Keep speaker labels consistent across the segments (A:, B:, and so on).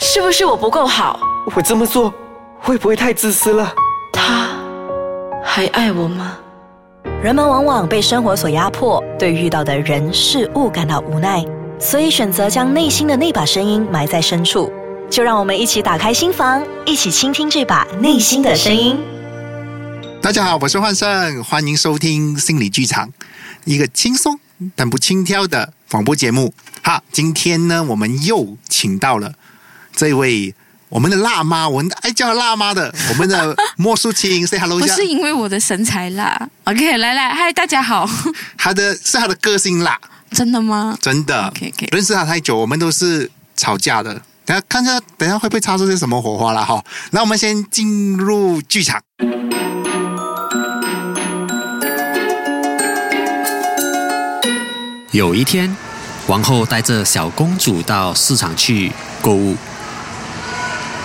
A: 是不是我不够好？
B: 我这么做会不会太自私了？
A: 他还爱我吗？
C: 人们往往被生活所压迫，对遇到的人事物感到无奈，所以选择将内心的那把声音埋在深处。就让我们一起打开心房，一起倾听这把内心的声音。
D: 大家好，我是焕胜，欢迎收听心理剧场，一个轻松但不轻佻的广播节目。好，今天呢，我们又请到了这位我们的辣妈，我们爱叫她辣妈的，我们的莫淑 清，say hello 一
E: 不
D: 下
E: 是。因为我的身材辣，OK，来来，嗨，大家好，
D: 她的是她的个性辣，
E: 真的吗？
D: 真的。
E: OK，OK
D: 认识她太久，我们都是吵架的。等下看一下，等下会不会擦出些什么火花了哈？那我们先进入剧场。
F: 有一天，王后带着小公主到市场去购物。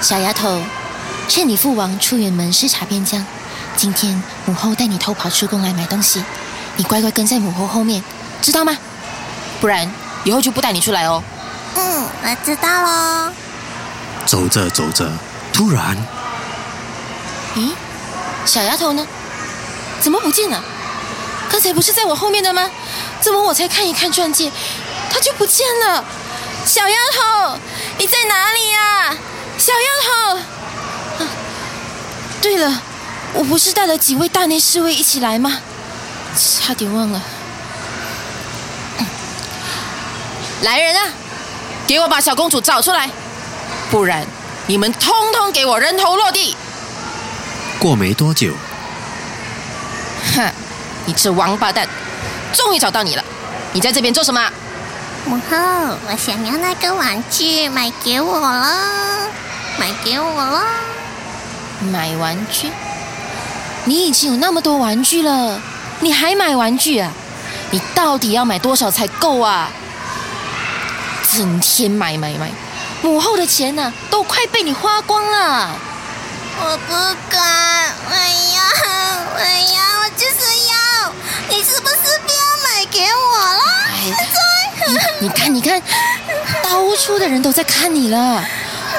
G: 小丫头，劝你父王出远门视察边疆。今天母后带你偷跑出宫来买东西，你乖乖跟在母后后面，知道吗？不然以后就不带你出来哦。
H: 嗯，我知道喽。
F: 走着走着，突然，
G: 咦，小丫头呢？怎么不见了？刚才不是在我后面的吗？怎么我才看一看钻戒，她就不见了？小丫头，你在哪里呀、小丫头，啊，对了，我不是带了几位大内侍卫一起来吗？差点忘了。来人啊，给我把小公主找出来，不然你们通通给我人头落地！
F: 过没多久，
G: 哼，你这王八蛋，终于找到你了！你在这边做什么啊？
H: 母后，我想要那个玩具，买给我喽，买给我喽。
G: 买玩具？你已经有那么多玩具了，你还买玩具啊？你到底要买多少才够啊？整天买买买，母后的钱呢、都快被你花光了。
H: 我不敢，我要，我要，我就是要。你是不是不要买给我了？
G: 你看，你看，到处的人都在看你了。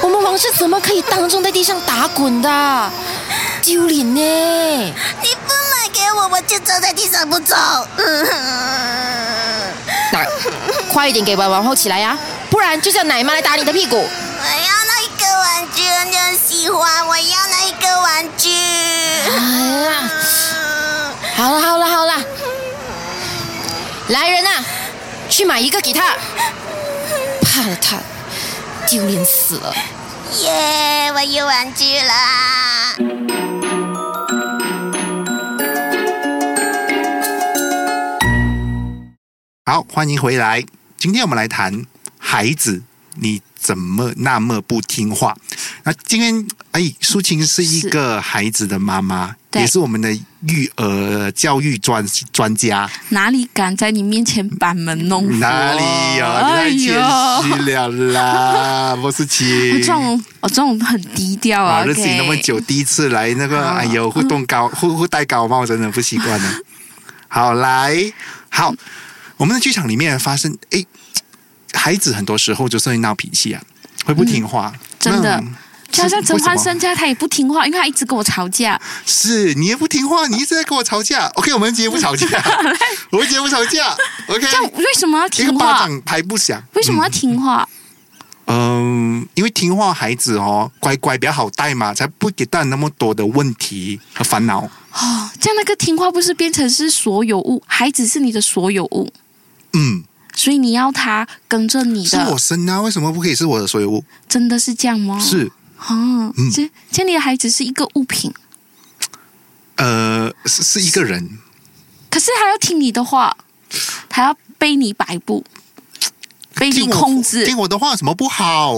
G: 我们王室怎么可以当众在地上打滚的？丢脸呢！
H: 你不买给我，我就坐在地上不走。嗯
G: 那快一点给完王后起来呀、啊不然就叫奶妈来打你的屁股。
H: 我要那个玩具，我就喜欢，我要那个玩具。
G: 哎呀，好了好了好了，来人啊，去买一个给他。怕了他，丢脸死了。
H: 耶！我有玩具啦！
D: 好，欢迎回来。今天我们来谈孩子，你怎么那么不听话？那今天，哎，苏晴是一个孩子的妈妈，
E: 对
D: 也是我们的育儿教育专专家。
E: 哪里敢在你面前班门弄斧？
D: 哪里呀、
E: 哎
D: 你
E: 呦，
D: 太谦虚了 啦，莫思
E: 我
D: 琪
E: 这。种我这种很低调
D: 啊，
E: 啊，
D: 认识你那么
E: OK 啊
D: 久，第一次来那个，
E: 好
D: 哎呦，互动 高，互互戴高帽，真的不习惯了。好，来，好，我们的剧场里面发生，哎，孩子很多时候就是会闹脾气啊，会不听话，
E: 嗯
D: 嗯
E: 真的
D: 那嗯
E: 就好像陈焕
D: 为什
E: 生
D: 么
E: 这样，他也不听话，因为他一直跟我吵架。
D: 是你也不听话，你一直在跟我吵架。OK，我们今天不吵 架，我们今天不吵架。OK，
E: 这样为什么要
D: 一个
E: 听
D: 巴
E: 话？
D: 掌拍不响，
E: 为什么要听话？
D: 嗯，因为听话孩子哦，乖乖比较好带嘛，才不给带那么多的问题和烦恼。
E: 哦，这样那个听话不是变成是所有物？孩子是你的所有物，
D: 嗯，
E: 所以你要他跟着你
D: 是我
E: 的，嗯
D: 生啊，为什么不可以是我的所有物？
E: 真的是这样吗？
D: 是，嗯
E: 哦，这这里的孩子是一个物品，
D: 呃，是是一个人，
E: 可是他要听你的 话，他要被你摆布，被你
D: 听我
E: 控制。
D: 听我的话有什么不好？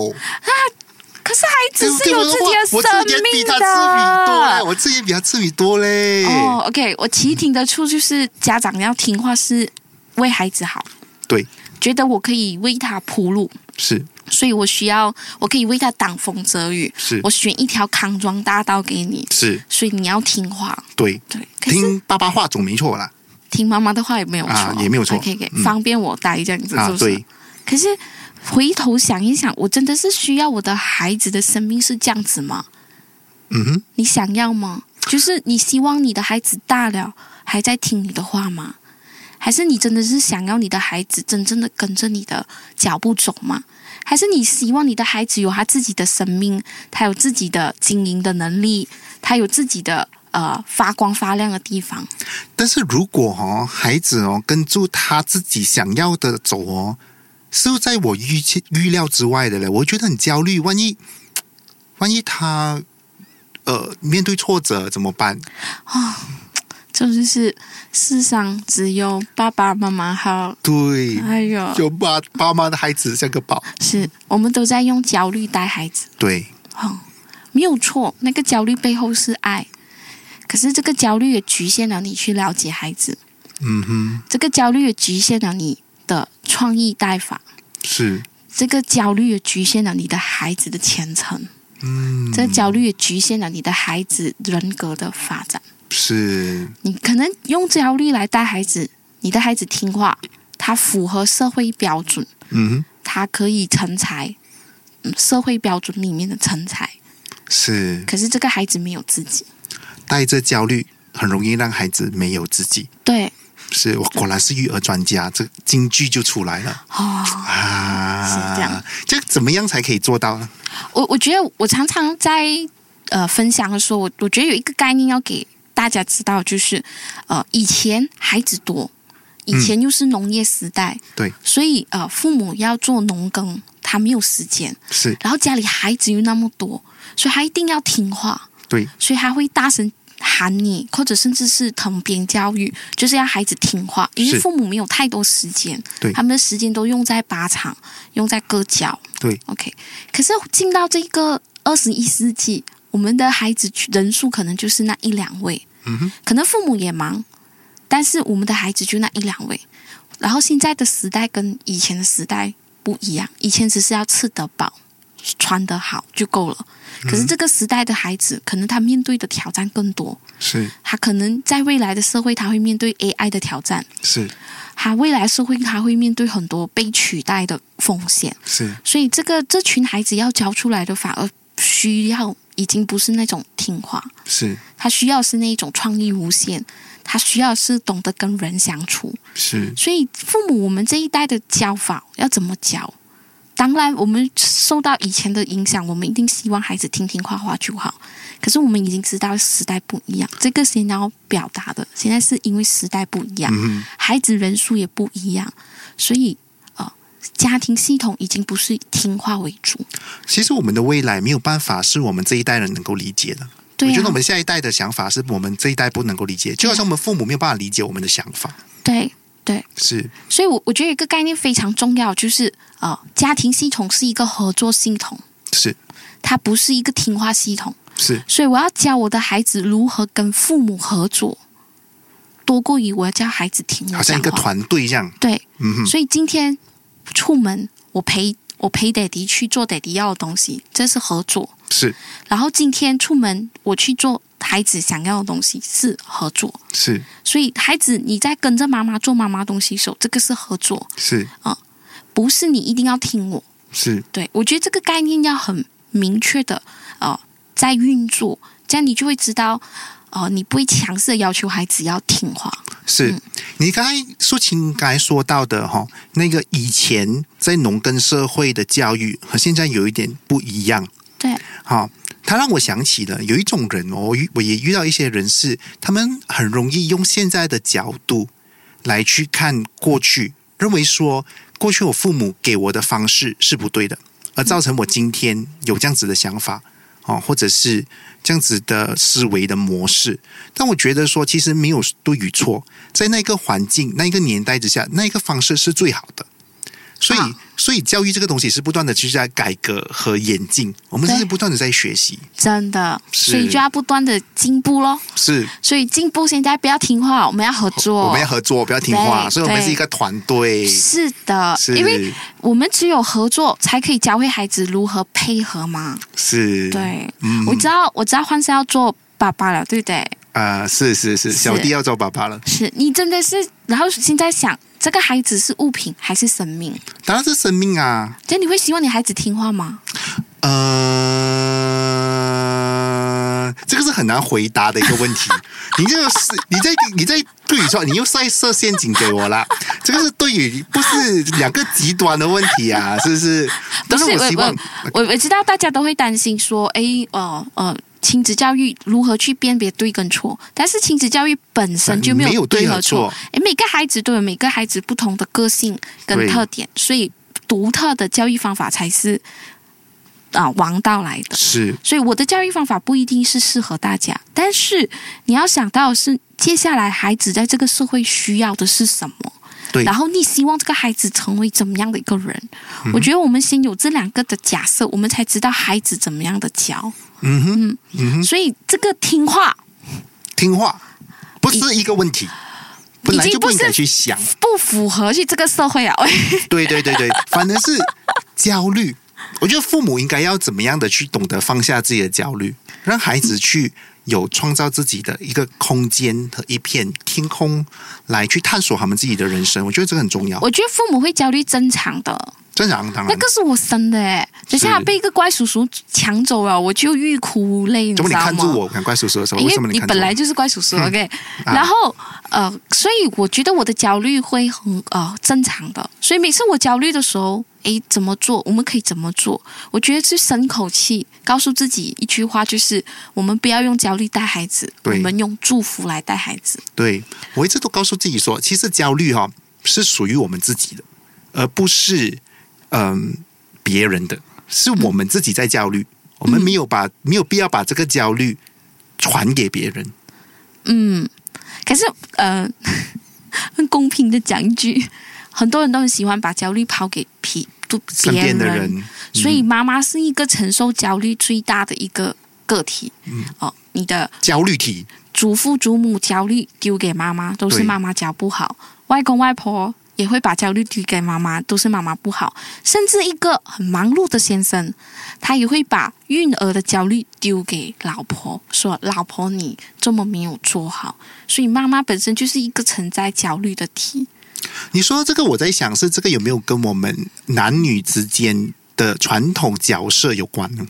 E: 可是孩子是
D: 听
E: 有
D: 我的
E: 自
D: 话
E: 己
D: 我
E: 的
D: 自
E: 生
D: 己比
E: 命
D: 他吃米多嘞，
E: 的。
D: 我自己比他吃米多嘞。
E: 哦，OK，我其实听得出，就是家长要听话是为孩子好，
D: 对，
E: 觉得我可以为他铺路，
D: 是
E: 所以我需要，我可以为他挡风遮雨。
D: 是
E: 我选一条康庄大道给你，
D: 是，
E: 所以你要听话。
D: 对，
E: 对，可是
D: 听爸爸话总没错啦。
E: 听妈妈的话也没有错，
D: 啊也没有错
E: OK，, o k
D: 嗯
E: 方便我带这样子，
D: 啊
E: 是不是？
D: 对
E: 可是回头想一想，我真的是需要我的孩子的生命是这样子吗？
D: 嗯哼，
E: 你想要吗？就是你希望你的孩子大了还在听你的话吗？还是你真的是想要你的孩子真正的跟着你的脚步走吗？还是你希望你的孩子有他自己的生命，他有自己的经营的能力，他有自己的呃发光发亮的地方？
D: 但是如果哦，孩子哦跟住他自己想要的走哦，是在我预期预料之外的嘞，我觉得很焦虑。万一万一他呃面对挫折怎么办？
E: 这就是世上只有爸爸妈妈好。
D: 对，
E: 哎呦，
D: 就爸爸妈的孩子像个宝。
E: 是我们都在用焦虑带孩子。
D: 对，
E: 哦，没有错，那个焦虑背后是爱，可是这个焦虑也局限了你去了解孩子，
D: 嗯哼，
E: 这个焦虑也局限了你的创意带法，
D: 是，
E: 这个焦虑也局限了你的孩子的前程，
D: 嗯，
E: 这个焦虑也局限了你的孩子人格的发展。
D: 是，
E: 你可能用焦虑来带孩子，你的孩子听话，他符合社会标准，
D: 嗯
E: 他可以成才，嗯，社会标准里面的成才，
D: 哼，是，
E: 可是这个孩子没有自己。
D: 带着焦虑很容易让孩子没有自己。
E: 对，
D: 是我果然是育儿专家，这京剧就出来了
E: 哦，
D: 啊！
E: 是这样，
D: 这怎么样才可以做到呢？
E: 我我觉得我常常在呃分享的时候，我我觉得有一个概念要给大家知道，就是呃以前孩子多，以前又是农业时代，
D: 对，
E: 所以呃父母要做农耕，他没有时间，
D: 是
E: 然后家里孩子又那么多，所以他一定要听话，
D: 对，
E: 所以他会大声。喊你，或者甚至是藤边教育，就是要孩子听话，因为
D: 是
E: 父母没有太多时间，
D: 对
E: 他们的时间都用在靶场，用在割脚，
D: 对，
E: OK，可是进到这个二十一世纪，我们的孩子人数可能就是那一两位，
D: 嗯哼，
E: 可能父母也忙，但是我们的孩子就那一两位。然后现在的时代跟以前的时代不一样，以前只是要吃得饱、穿得好就够了。
D: 嗯
E: 可是这个时代的孩子，可能他面对的挑战更多，
D: 是
E: 他可能在未来的社会，他会面对 AI 的挑战，
D: 是
E: 他未来社会他会面对很多被取代的风险。
D: 是，
E: 所以这个这群孩子要教出来的，反而需要已经不是那种听话，
D: 是
E: 他需要是那一种创意无限，他需要是懂得跟人相处。
D: 是
E: 所以父母我们这一代的教法要怎么教？当然，我们受到以前的影响，我们一定希望孩子听听话话就好。可是我们已经知道时代不一样，这个先要表达的，现在是因为时代不一样，
D: 嗯
E: 孩子人数也不一样，所以呃，家庭系统已经不是以听话为主。
D: 其实我们的未来没有办法是我们这一代人能够理解的。
E: 对、啊，
D: 我觉得我们下一代的想法是我们这一代不能够理解，就好像我们父母没有办法理解我们的想法。
E: 对对，
D: 是
E: 所以我我觉得一个概念非常重要，就是呃，家庭系统是一个合作系统，
D: 是
E: 它不是一个听话系统。
D: 是
E: 所以我要教我的孩子如何跟父母合作，多过于我要教孩子听我讲
D: 好
E: 话。
D: 像一个团队这样。
E: 对，
D: 嗯哼，
E: 所以今天出门，我陪我陪爹地去做爹地要的东西，这是合作。
D: 是
E: 然后今天出门，我去做孩子想要的东西，是合作。
D: 是
E: 所以孩子你在跟着妈妈做妈妈东西的时候，这个是合作，
D: 是
E: 不是你一定要听我。
D: 是
E: 对，我觉得这个概念要很明确的呃在运作，这样你就会知道，呃，你不会强势的要求孩子要听话。
D: 是你刚才素琴刚才说到的哈，那个以前在农耕社会的教育和现在有一点不一样
E: 对，
D: 哈。它让我想起了有一种人哦，我遇我也遇到一些人是，他们很容易用现在的角度来去看过去，认为说过去我父母给我的方式是不对的，而造成我今天有这样子的想法哦，或者是这样子的思维的模式。但我觉得说，其实没有对与错，在那个环境、那一个年代之下，那一个方式是最好的。所以，
E: 啊
D: 所以教育这个东西是不断的去在改革和演进，我们
E: 对
D: 是不断的在学习，
E: 真的，
D: 是
E: 所以就要不断的进步咯。
D: 是
E: 所以进步现在不要听话，我们要合作。
D: 我们要合作，不要听话，
E: 对
D: 所以我们是一个团队，
E: 是的，
D: 是
E: 因为我们只有合作，才可以教会孩子如何配合嘛。
D: 是，
E: 对，
D: 嗯
E: 我知道，我知道幻是要做爸爸了，对不对？
D: 呃，是是是，小弟要做爸爸了，
E: 是你真的是，然后现在想，这个孩子是物品还是生命？
D: 当然是生命啊。
E: 这样你会希望你孩子听话吗？
D: 呃，这个是很难回答的一个 问题。你这个是你在你在对与错，你又在设陷阱给我啦。这个是对与不是两个极端的问题 啊，是不是？
E: 不
D: 但
E: 是
D: 是我希望
E: 我我我知道大家都会担心说，诶，呃呃，亲子教育如何去辨别对跟错？但是亲子教育本身就
D: 没有对
E: 对
D: 和
E: 和错
D: 错，
E: 诶，每个孩子都有每个孩子不同的个性跟
D: 对
E: 特点，所以独特的教育方法才是啊、王道来的。
D: 是
E: 所以我的教育方法不一定是适合大家，但是你要想到的是接下来孩子在这个社会需要的是什么。
D: 对
E: 然后你希望这个孩子成为怎么样的一个人？
D: 嗯
E: 我觉得我们先有这两个的假设，我们才知道孩子怎么样的教。
D: 嗯哼，
E: 所以这个听话
D: 听话不是一个问题，本来
E: 已
D: 就
E: 经不
D: 不应该
E: 是
D: 去想。
E: 不符合去这个社会啊。
D: 对对对对，反而是焦虑。我觉得父母应该要怎么样的去懂得放下自己的焦虑，让孩子去有创造自己的一个空间和一片天空，来去探索他们自己的人生。我觉得这个很重要。
E: 我觉得父母会焦虑正常的，
D: 正常当
E: 那
D: 然
E: 个，是我生的哎，等一下
D: 嗯是
E: 被一个怪叔叔抢走了，我就欲哭无泪，你知
D: 怎
E: 道
D: 么你
E: 吗？
D: 看住我，赶快叔叔的时候，
E: 因
D: 啊为什么
E: 为
D: 你
E: 你
D: 看住
E: 本来
D: 我？
E: 就是怪叔叔、o k
D: 啊
E: 然后呃，所以我觉得我的焦虑会很呃正常的，所以每次我焦虑的时候，诶，怎么做？我们可以怎么做？我觉得是深口气，告诉自己一句话，就是我们不要用焦虑带孩子，我
D: 对
E: 们用祝福来带孩子。
D: 对我一直都告诉自己说，其实焦虑哈、是属于我们自己的，而不是嗯、别人的，是我们自己在焦
E: 嗯
D: 虑。我们没有把没有必要把这个焦虑传给别人。
E: 嗯，可是呃，很公平的讲一句，很多人都很喜欢把焦虑抛给皮都
D: 身
E: 别
D: 边的人，
E: 所以妈妈是一个承受焦虑最大的一个个体。哦，你的
D: 焦虑体
E: 祖父祖母焦虑丢给妈妈，都是
D: 对
E: 妈妈教不好；外公外婆也会把焦虑丢给妈妈，都是妈妈不好。甚至一个很忙碌的先生，他也会把孕儿的焦虑丢给老婆，说：“老婆，你这么没有做好。”所以妈妈本身就是一个承载焦虑的体。
D: 你说到这个，我在想是这个有没有跟我们男女之间的传统角色有关呢？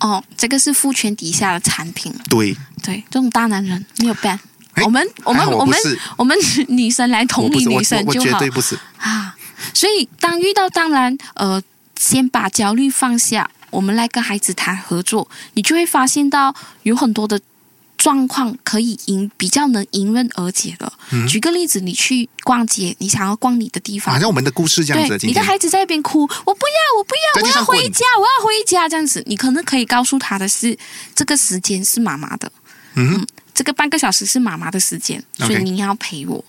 E: 哦，这个是父权底下的产品。
D: 对，
E: 对，这种大男人没有办。
D: 哎
E: 我们我们
D: 还好
E: 我
D: 我不
E: 们
D: 是
E: 我们女生来
D: 我
E: 同
D: 不
E: 理
D: 是，我
E: 女生
D: 我我
E: 就
D: 绝
E: 好
D: 对不是。
E: 啊。所以当遇到当然呃，先把焦虑放下，我们来跟孩子谈合作，你就会发现到有很多的状况可以迎比较能迎刃而解的。
D: 嗯
E: 举个例子，你去逛街，你想要逛你的地方
D: 好，像我们的故事这样子，
E: 对，
D: 今
E: 你的
D: 天
E: 孩子在那边哭，我不要，我不
D: 在
E: 要，
D: 地
E: 我
D: 上
E: 要
D: 滚
E: 回家，我要回家，这样子，你可能可以告诉他的是，这个时间是妈妈的，
D: 嗯
E: 这个半个小时是妈妈的时间，
D: OK
E: 所以你要陪我。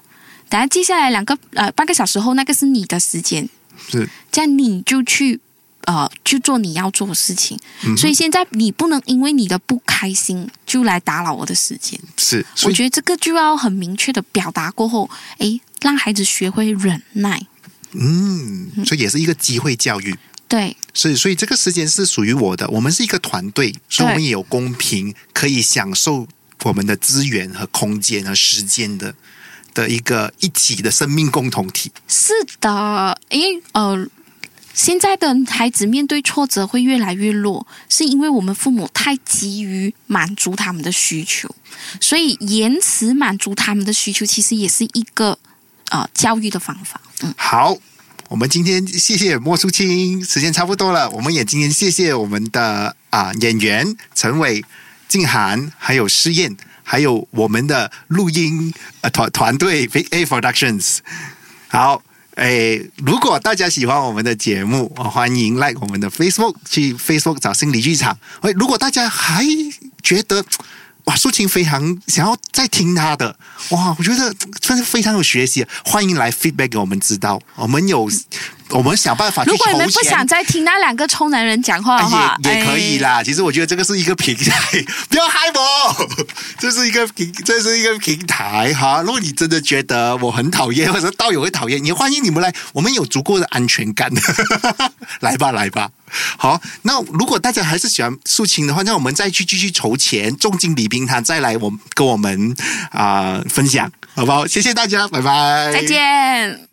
E: 等下接下来两个呃半个小时后，那个是你的时间，
D: 是
E: 这样你就去呃去做你要做的事情。
D: 嗯
E: 所以现在你不能因为你的不开心就来打扰我的时间。
D: 是，所
E: 我
D: 以
E: 觉得这个就要很明确的表达过后，诶，让孩子学会忍耐。
D: 嗯，所以也是一个机会教育。
E: 对，
D: 是，所以这个时间是属于我的。我们是一个团队，所以我们也有公平，可以享受我们的资源和空间和时间的的一个一起的生命共同体。
E: 是的，因为呃，现在的孩子面对挫折会越来越弱，是因为我们父母太急于满足他们的需求，所以延迟满足他们的需求，其实也是一个呃教育的方法。嗯，
D: 好，我们今天谢谢莫淑清，时间差不多了，我们也今天谢谢我们的啊、演员陈伟、静涵，还有施燕，还有我们的录音呃团团队 Big A Productions。好。诶，如果大家喜欢我们的节目，哦欢迎 like 我们的 Facebook，去 Facebook 找心理剧场。诶，如果大家还觉得哇，抒情非常想要再听他的，哇，我觉得真是非常有学习。欢迎来 feedback 给我们知道，我们有我们想办啊法去
E: 如
D: 筹
E: 果你们
D: 钱。
E: 不想再听那两个臭男人讲话的话
D: 啊，也也可以
E: 哎。
D: 啦、其实我觉得这个是一个平台， 不要害我， 这是一个平，这是一个平台哈。如果你真的觉得我很讨厌，或者道友会讨厌，也欢迎你们来，我们有足够的安全感。 来吧，来吧。好，那如果大家还是喜欢素琴的话，那我们再去继续筹钱，重金礼宾他再来我跟我们啊、分享，好不好？谢谢大家，拜拜，
E: 哎再见。